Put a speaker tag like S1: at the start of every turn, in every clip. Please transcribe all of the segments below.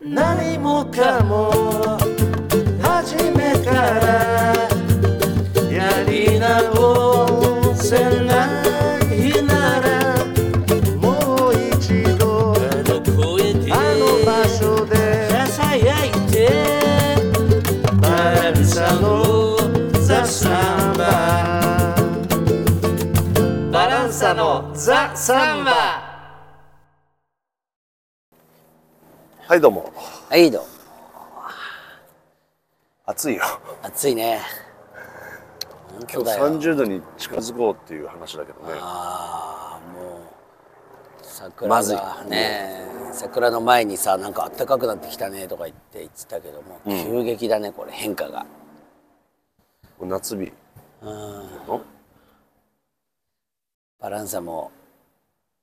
S1: 何もかも初めからやり直せないならもう一度
S2: あの声で
S1: あの場所で
S2: ささやいて
S1: バランサのザ・サンバ
S2: バランサのザ・サンバ
S1: はいどうも
S2: はいどうも
S1: 暑いよ
S2: 暑いね本当だよ
S1: 30度に近づこうっていう話だけどね
S2: ああもう桜
S1: まずい
S2: がね桜の前にさなんか暖かくなってきたねとか言って言ってたけども急激だねこれ変化が
S1: 夏日
S2: うん
S1: の
S2: バランサも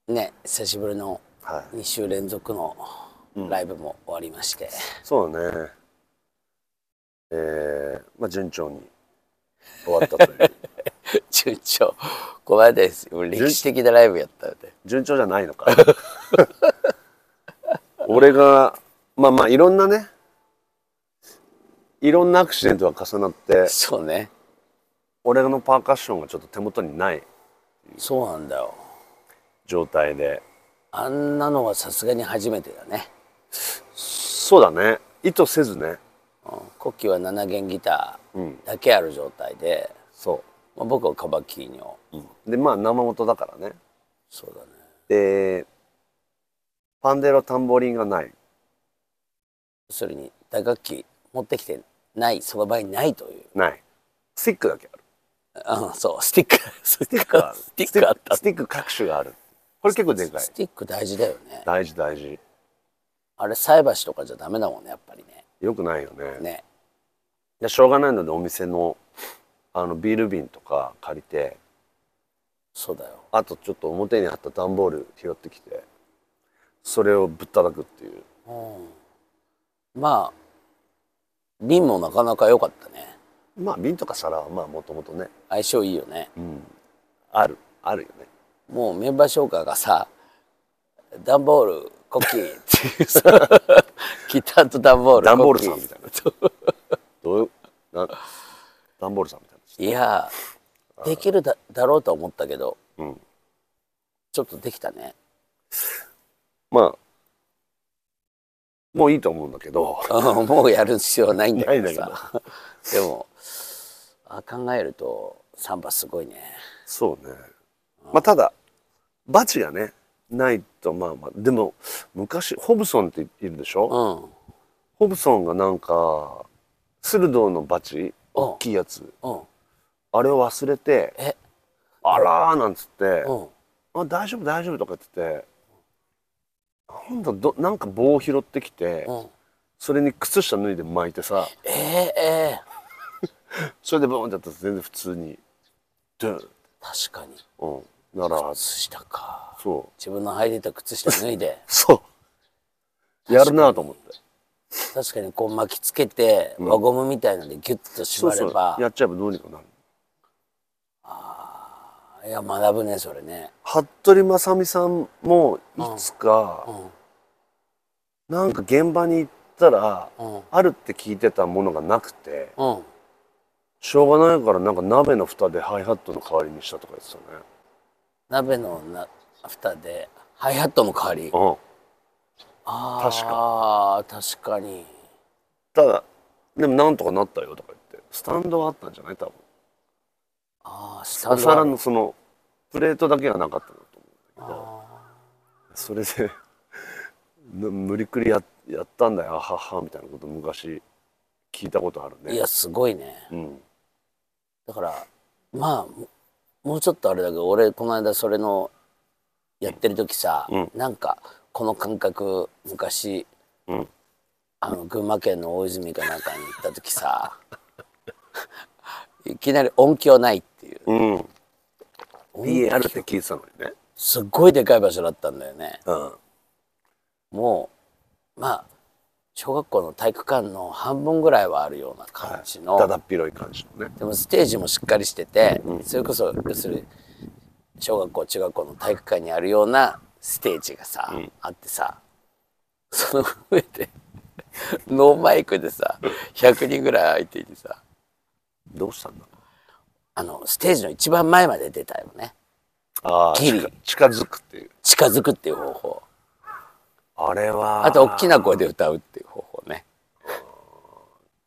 S2: ね久しぶりの
S1: はい
S2: 2週連続のライブも終わりまして、
S1: そうだね。えー、まあ順調に終わったという。
S2: 順調この間ですよ歴史的なライブやったので
S1: 順調じゃないのか。 俺が、まあまあいろんなね、いろんなアクシデントが重なって、
S2: そうね
S1: 俺のパーカッションがちょっと手元にない
S2: そうなんだよ
S1: 状態で。
S2: あんなのはさすがに初めてだね
S1: そうだね。意図せずね。
S2: うんコッキーは7弦ギタ
S1: う
S2: ー
S1: ん
S2: だけある状態で、
S1: そ
S2: まあ、僕はカバキーニョ
S1: う。で、まあ生元だからね。
S2: そうだね
S1: で、パンデロタンボリンがない。
S2: 要するに打楽器持ってきてないその場にないという
S1: ない。スティックだけある。
S2: うんそうスティック スティッ
S1: がある
S2: スティックあった
S1: スティック各種があるこれ結構でかい
S2: スティック大事だよね
S1: 大事大事
S2: あれ菜箸とかじゃダメだもんねやっぱりね
S1: よくないよね
S2: ね
S1: でしょうがないのでお店のあのビール瓶とか借りて
S2: そうだよ
S1: あとちょっと表にあった段ボール拾ってきてそれをぶったたくっていう
S2: うんまあ瓶もなかなか良かったね
S1: まあ瓶とか皿はまあもともとね
S2: 相性いいよね
S1: あるあるよ ね
S2: もうメンバー紹介がさ「段ボールコッ キー」っていうさギターと段ボール
S1: 段ボール
S2: コッキ
S1: さんみたいなどういうな段ボールさんみたい
S2: いやできるだだろうとは思ったけど
S1: な、うん、
S2: ちょっとできたね
S1: まあもういいと思うんだけど
S2: うんもうやる必要はないんだけど
S1: ないんだ
S2: さでもあ考えるとサンバすごいね
S1: そうね。まあただ、バチがね、ないとまあまあ、でも昔、ホブソンっているでしょ、
S2: うん
S1: ホブソンがなんか、鋭のバチ、大きいやつ、
S2: うん
S1: あれを忘れて、
S2: え
S1: あらーなんつって、
S2: うん
S1: あ大丈夫大丈夫とか言ってて、なんだど、なんか棒を拾ってきて、
S2: うん
S1: それに靴下脱いで巻いてさ、
S2: ええええ
S1: それでブーンってやったら全然普通に、ドゥン。
S2: 確かに
S1: うん。なら、
S2: 靴下か
S1: そう。
S2: 自分の履いてた靴下脱 いで
S1: そう。やるなと思って。
S2: 確かにこう巻きつけて輪ゴムみたいのでギュッと
S1: そ
S2: 縛
S1: う
S2: れ
S1: そう
S2: ば
S1: やっちゃえばどうにかなる
S2: いや学ぶねそれね
S1: 服部正美さんもいつか、なんか現場に行ったら、
S2: うん
S1: あるって聞いてたものがなくて
S2: うん
S1: しょうがないからなんか鍋の蓋でハイハットの代わりにしたとか言って
S2: 鍋のな蓋でハイハットの代わり
S1: た
S2: あ
S1: 確
S2: あ確かに
S1: ね、うん、ただでもなんとかなったよとか言ってスタンドはあったんじゃない多分
S2: ああ
S1: お
S2: 下
S1: 皿
S2: の
S1: のそのプレートだけがなかったんだと思うんだけどそれで む無理くりややったんだよあははみたいなこと昔聞いたことあるね
S2: いやすごいね
S1: うん
S2: だからまあももうちょっとあれだけど俺この間それのやってる時さ、
S1: うん
S2: なんかこの感覚昔
S1: うん
S2: あの群馬県の大泉かなんかに行った時さ いきなり音響ないっていう
S1: うん
S2: 音響
S1: PA あるって聞いてたのにね。
S2: すっごいでかい場所だったんだよね
S1: うん。
S2: もうまあ小学校の体育館の半分ぐらいはあるような感じの、
S1: だだっ広い感じのね。
S2: でもステージもしっかりしてて、それこそ要するに小学校中学校の体育館にあるようなステージがさ、あってさその上で ノーマイクでさ100人ぐらい相手にさ
S1: どうしたんだ
S2: あのステージの一番前まで出たよね
S1: ああ
S2: ギリ
S1: 近近づくっていう
S2: 近づくっていう方法
S1: あれは
S2: あと大きな声で歌うっていう方法ね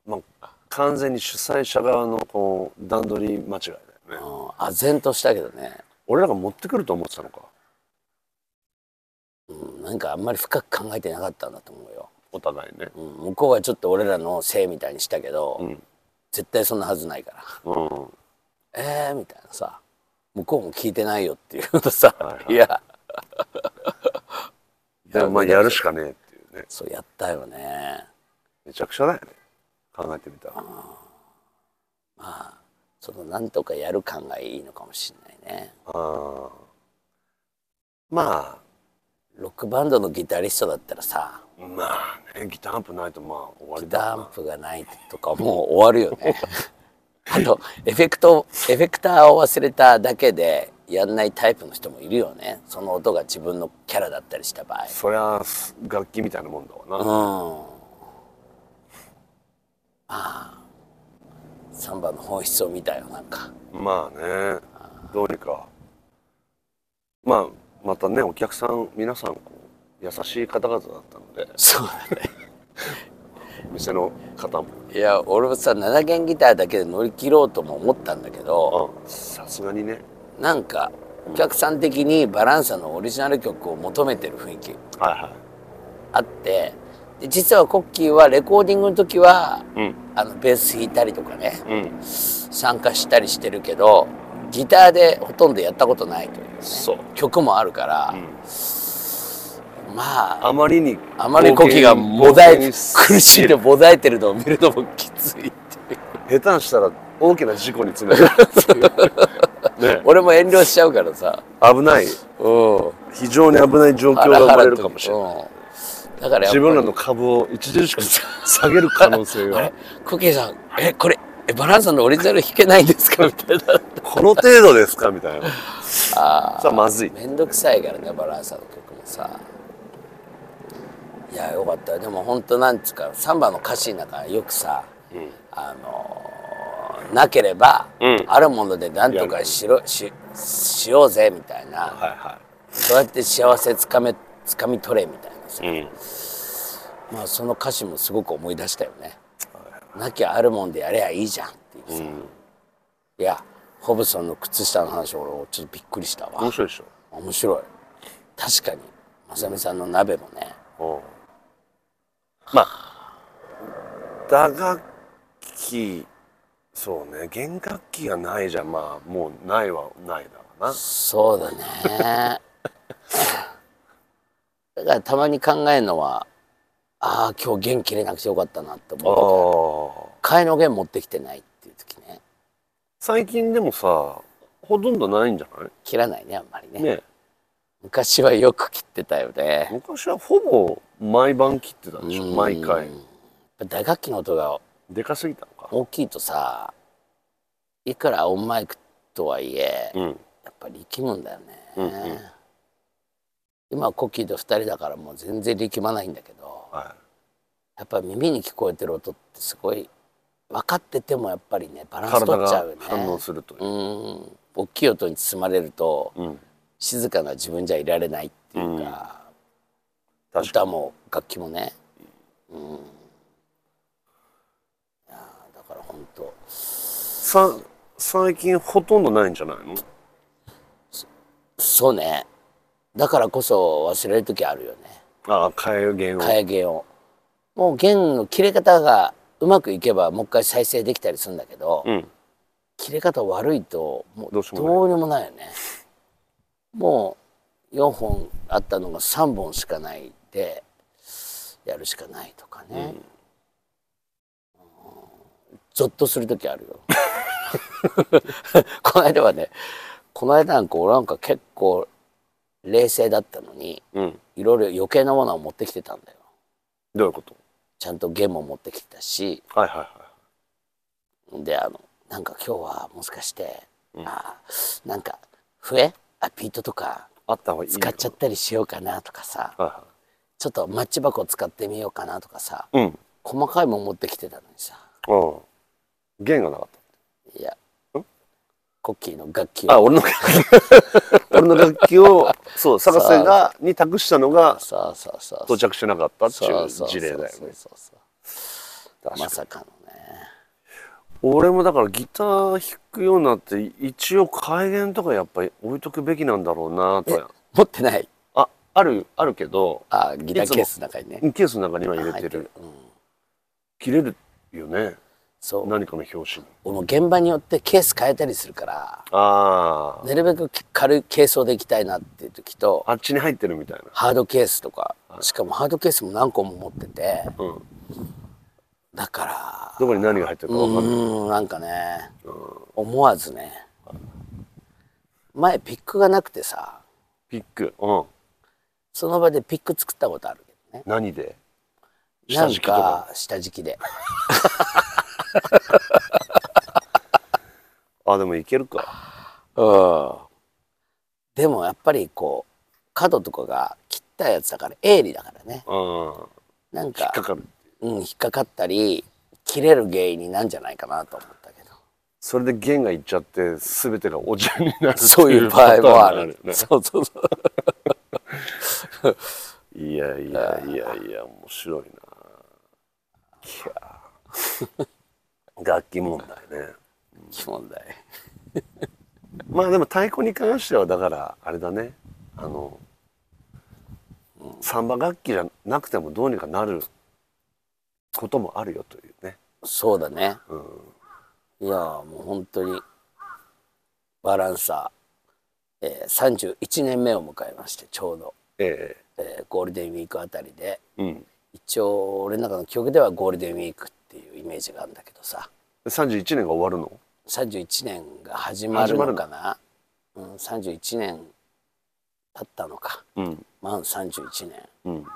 S1: もう完全に主催者側のこう段取り間違いだよね
S2: うんあぜんとしたけどね、
S1: 俺らが持ってくると思ってたのか
S2: うん、なんかあんまり深く考えてなかったんだと思うよ、
S1: お互いね
S2: うん、向こうはちょっと俺らのせいみたいにしたけど、
S1: うん
S2: 絶対そんなはずないから
S1: うん
S2: えー、みたいなさ向こうも聞いてないよっていうとさ、
S1: はい
S2: いや
S1: でもまあやるしかねえっていうね
S2: そうやったよね
S1: めちゃくちゃだよね考えてみたら
S2: まあそのなんとかやる感がいいのかもしれないね
S1: あーま
S2: ロックバンドのギタリストだったらさ
S1: あまあねギターアンプないとまあ終わ
S2: ギ
S1: り
S2: タ
S1: だ
S2: ーア
S1: な
S2: ンプがないとかもう終わるよ ねあとエフェクトエフェクターを忘れただけでやんないタイプの人もいるよねその音が自分のキャラだったりした場合
S1: そりゃす楽器みたいなもんだわな、
S2: うんああサンバの本質を見たよなんか
S1: まあねどうにかまあまたねお客さん皆さんこう優しい方々だったので
S2: そうだね
S1: お店の方も
S2: いや俺もさ7弦ギターだけで乗り切ろうとも思ったんだけど
S1: あさすがにね
S2: なんかお客さん的にバランサのオリジナル曲を求めてる雰囲気
S1: はいは
S2: あってで実はコッキーはレコーディングの時は
S1: うん
S2: あのベース弾いたりとかね
S1: うん
S2: 参加したりしてるけどギターでほとんどやったことないという
S1: そう、
S2: 曲もあるから
S1: う、ん、
S2: まあ
S1: あまりに
S2: あまりコキがもだえ苦しいで
S1: で
S2: もだえてるのを見るのもきついっていう
S1: 下手にしたら大きな事故につながるっていうね
S2: 俺も遠慮しちゃうからさ
S1: 危ない
S2: うん
S1: 非常に危ない状況が生まれるかもしれない
S2: うんだからやっぱり
S1: 自分らの株を著しく下げる可能性
S2: あ
S1: が
S2: れコキさんえこれえバランサのオリジナル弾けないんですかみたいな
S1: この程度ですかみたいな
S2: あ
S1: さあまずい
S2: めんどくさいからねバランサの曲もさいやよかったよでも本当なんつうかサンバの歌詞の中よくさ、
S1: ん
S2: あのーなければ、
S1: うん
S2: あるものでなんとかしろししようぜみたいな、
S1: は
S2: そうやって幸せつかめつかみ取れみたいなさ、
S1: いはい、うん、
S2: まあ、その歌詞もすごく思い出したよね。なきゃあるもんでやればいいじゃんっていうさ、いやホブソンの靴下の話俺ちょっとびっくりしたわ
S1: 面白いでし
S2: 面白い確かにまさみさんの鍋もね
S1: ょ、うん、まあ打楽器そうね弦楽器がないじゃまあもうないはないだろうな
S2: そうだね だからたまに考えるのはああ今日弦切れなくてよかったなって思う
S1: ああ
S2: 替えの弦持ってきてないっていう時ね
S1: 最近でもさほとんどないんじゃな
S2: 切らないねあんまりね
S1: いね
S2: 昔はよく切ってたよね
S1: 昔はほぼ毎晩切ってたでしょ
S2: うん
S1: 毎回
S2: 打楽器の音が
S1: でかすぎたのか
S2: 大きいとさいくらオンマイクとはいえ、
S1: うん
S2: やっぱり力むんだよね、
S1: うんうん
S2: 今はコッキーと2人だからもう全然力まないんだけど
S1: は
S2: やっぱ耳に聞こえてる音ってすごい分かっててもやっぱりねバランス取っちゃうよ
S1: い反応
S2: ね
S1: するという
S2: う、ん大きい音に包まれると
S1: うん、
S2: 静かな自分じゃいられないっていうか、
S1: 確か
S2: 歌も楽器もねうんいやーだから本当
S1: さ最近ほとんどないんじゃないの
S2: そうねだからこそ忘れる時あるよね
S1: ああ替え弦を
S2: 替え弦をもう弦の切れ方がうまくいけばもう一回再生できたりするんだけど、
S1: うん
S2: 切れ方悪いともう
S1: ど
S2: ど
S1: うしようも
S2: うにもないよねもう4本あったのが3本しかないでやるしかないとかね、うんゾッとする時あるよ この間はねこの間なんか俺なんか結構冷静だったのに
S1: うん
S2: いろいろ余計なものを持ってきてたんだよ
S1: どういうこと
S2: ちゃんと弦も持ってきてたし
S1: はいはいはい
S2: であのなんか今日はもしかして、あーなんか笛あピートとか
S1: あった方がいいよ
S2: 使っちゃったりしようかなとかさ
S1: は
S2: ちょっとマッチ箱使ってみようかなとかさ
S1: いはいうん
S2: 細かいもん持ってきてたのにさ
S1: うん弦がなかっ
S2: いや
S1: ん
S2: コッキーの楽器
S1: たあ
S2: を
S1: 俺の楽 器俺の楽器をそう
S2: さあ
S1: 坂瀬がに託したのが
S2: さあさあさあ
S1: 到着してなかったってい
S2: そううそう
S1: 事例だよね
S2: そうそうそう
S1: 確か
S2: ま
S1: に
S2: さかのね
S1: 俺もだからギター弾くようになって一応改弦とかやっぱり置いとくべきなんだろうなとは
S2: 持ってない
S1: ああるあるけど
S2: あギタ
S1: いつ
S2: ー
S1: も
S2: ケースの中にね
S1: ケースの中に今入れ
S2: 入
S1: て
S2: っ
S1: る
S2: うん、
S1: 切れるよね
S2: そう
S1: 何かの表紙に
S2: 俺も現場によってケース変えたりするから
S1: ああ、
S2: なるべく軽い軽装でいきたいなっていう時と
S1: あっちに入ってるみたい
S2: ハードケースとかしかもハードケースも何個も持ってて
S1: なうん
S2: だから
S1: どこに何が入ってる
S2: う
S1: か分かんない
S2: ーんなんかね思わずね前ピックがなくてさ
S1: ピックうん
S2: その場でピック作ったことあるけどね
S1: 何で下
S2: なん
S1: 敷きとか
S2: か下敷きで
S1: あでもいけるか
S2: でもやっぱりこう角とかが切ったやつだから鋭利だからね
S1: うん引
S2: なん
S1: っ
S2: か
S1: かかる
S2: うん、引っかかったり切れる原因なんじゃないかなと思ったけど
S1: それで弦がいっちゃって全てがお茶になる
S2: そういう場合もある
S1: ね
S2: そうそうそう
S1: いやいやいやいや面白いな。きゃー楽器問題ね。
S2: 基本題
S1: まあでも太鼓に関してはだからあれだね。あの、サンバ楽器じゃなくてもどうにかなることもあるよというね。
S2: そうだね
S1: うん、
S2: いやーもう本当にバランサー、えー、31年目を迎えましてちょうど、
S1: え
S2: えーゴールデンウィークあたりで
S1: えうん。
S2: 一応俺の中の記憶ではゴールデンウィークっていうイメージがあるんだけどさ
S1: 31年が終わるの
S2: 31年が始まるのかな、うん、31年経ったのか
S1: うん。
S2: 満31年
S1: うん。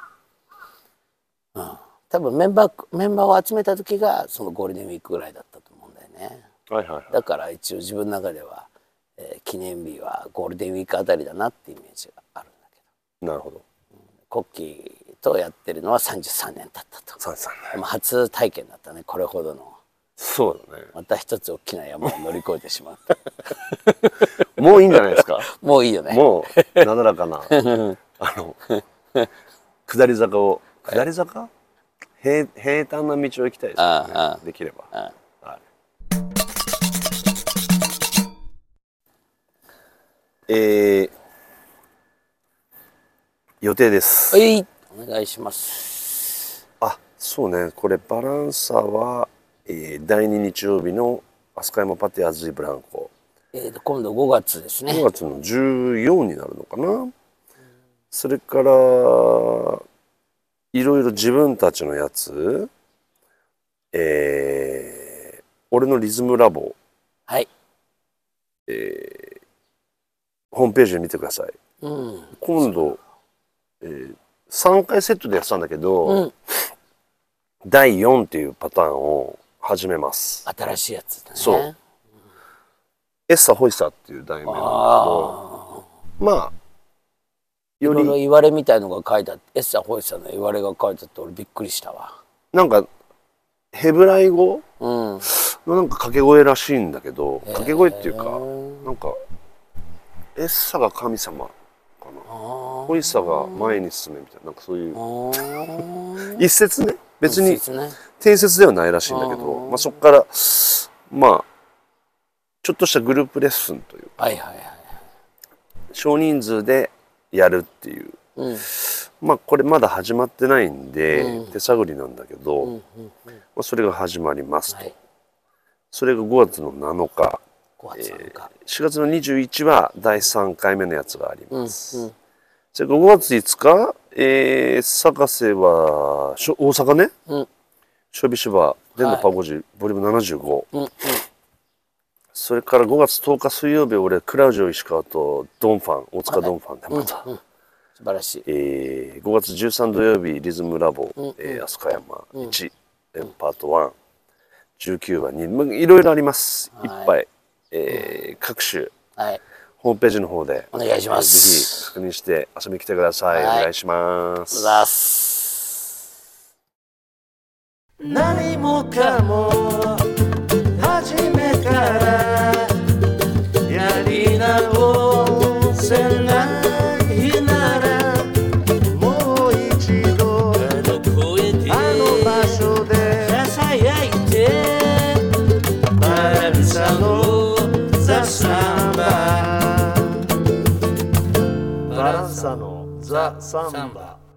S2: 多分メンバーメンバーを集めた時がそのゴールデンウィークぐらいだったと思うんだよね
S1: はいはいはい。
S2: だから一応自分の中では、えー記念日はゴールデンウィークあたりだなってイメージがあるんだけ
S1: なるほど。
S2: どコッキーとやってるのは33年経ったと、
S1: 33年。
S2: まあ、初体験だったねこれほどの
S1: そうだね。
S2: また一つ大きな山を乗り越えてしまった
S1: もういいんじゃないですか
S2: もういいよね
S1: もうなだらか なあの下り坂を下り坂平平坦な道を行きたいですよね
S2: ああ
S1: できれば
S2: あ
S1: はいえー予定です
S2: はいお願いします
S1: あそうねこれバランサは、えー第2日曜日の飛鳥山パティアズイブランコ
S2: えーと今度5月ですね
S1: 5月の14になるのかなそれからいろいろ自分たちのやつえー俺のリズムラボ
S2: はい
S1: ホームページで見てください
S2: うん
S1: 今度、え3回セットでやってたんだけど、
S2: うん
S1: 第4っていうパターンを始めます
S2: 新しいやつだね
S1: そうエッサホイサっていう題名なんだけど
S2: ああ
S1: まあよ
S2: いろいろ
S1: り
S2: 言われみたいのが書いてあってエッサーホイさんの言われが書いてあって俺びっくりしたわ
S1: なんかヘブライ語
S2: うん
S1: のなんか掛け声らしいんだけど掛け声っていうか、
S2: ー
S1: なんかエッサが神様か
S2: あ
S1: なホ
S2: ー
S1: イッサが前に進めみたいななんかそういう
S2: あー
S1: 一説ね別
S2: そう
S1: に
S2: ですね
S1: 定説ではないらしいんだけ
S2: あ
S1: ど
S2: ー
S1: まあ、そこからまあちょっとしたグループレッスンという
S2: はいはいはい
S1: 少人数でやるっていう
S2: うん
S1: まあこれまだ始まってないんで、
S2: うん
S1: 手探りなんだけど、
S2: うん
S1: ま
S2: うん
S1: あ、それが始まりますと、
S2: はい
S1: それが5月の7日
S2: 5月なんか、
S1: 4月の21は第3回目のやつがあります、
S2: うんうん
S1: じゃあ5月5日、えー、坂瀬はしょ大阪ね、
S2: うん
S1: ショビシバ「電の
S2: はい
S1: パゴジ」ボリューム75
S2: うんうん
S1: それから5月10日水曜日俺クラウジオ石川とドンファン大塚ドンファンでまた、
S2: 素晴らしい
S1: えー5月13土曜日リズムラボ、
S2: うん
S1: えー飛鳥山1、えーパート119番2まあいろいろあります、
S2: はい
S1: い、っぱい、えー各種
S2: はい
S1: ホームページの方で
S2: お願いしま
S1: ぜ
S2: す
S1: ひ確認して遊びに来てください、
S2: はい
S1: お願いします
S2: ありがとうございます
S3: 何もかも初めからやり直せないならもう一度
S2: あの声で
S3: あの場所で
S2: ささやいて
S3: バランサのザ・サンババランサのザ・サンバ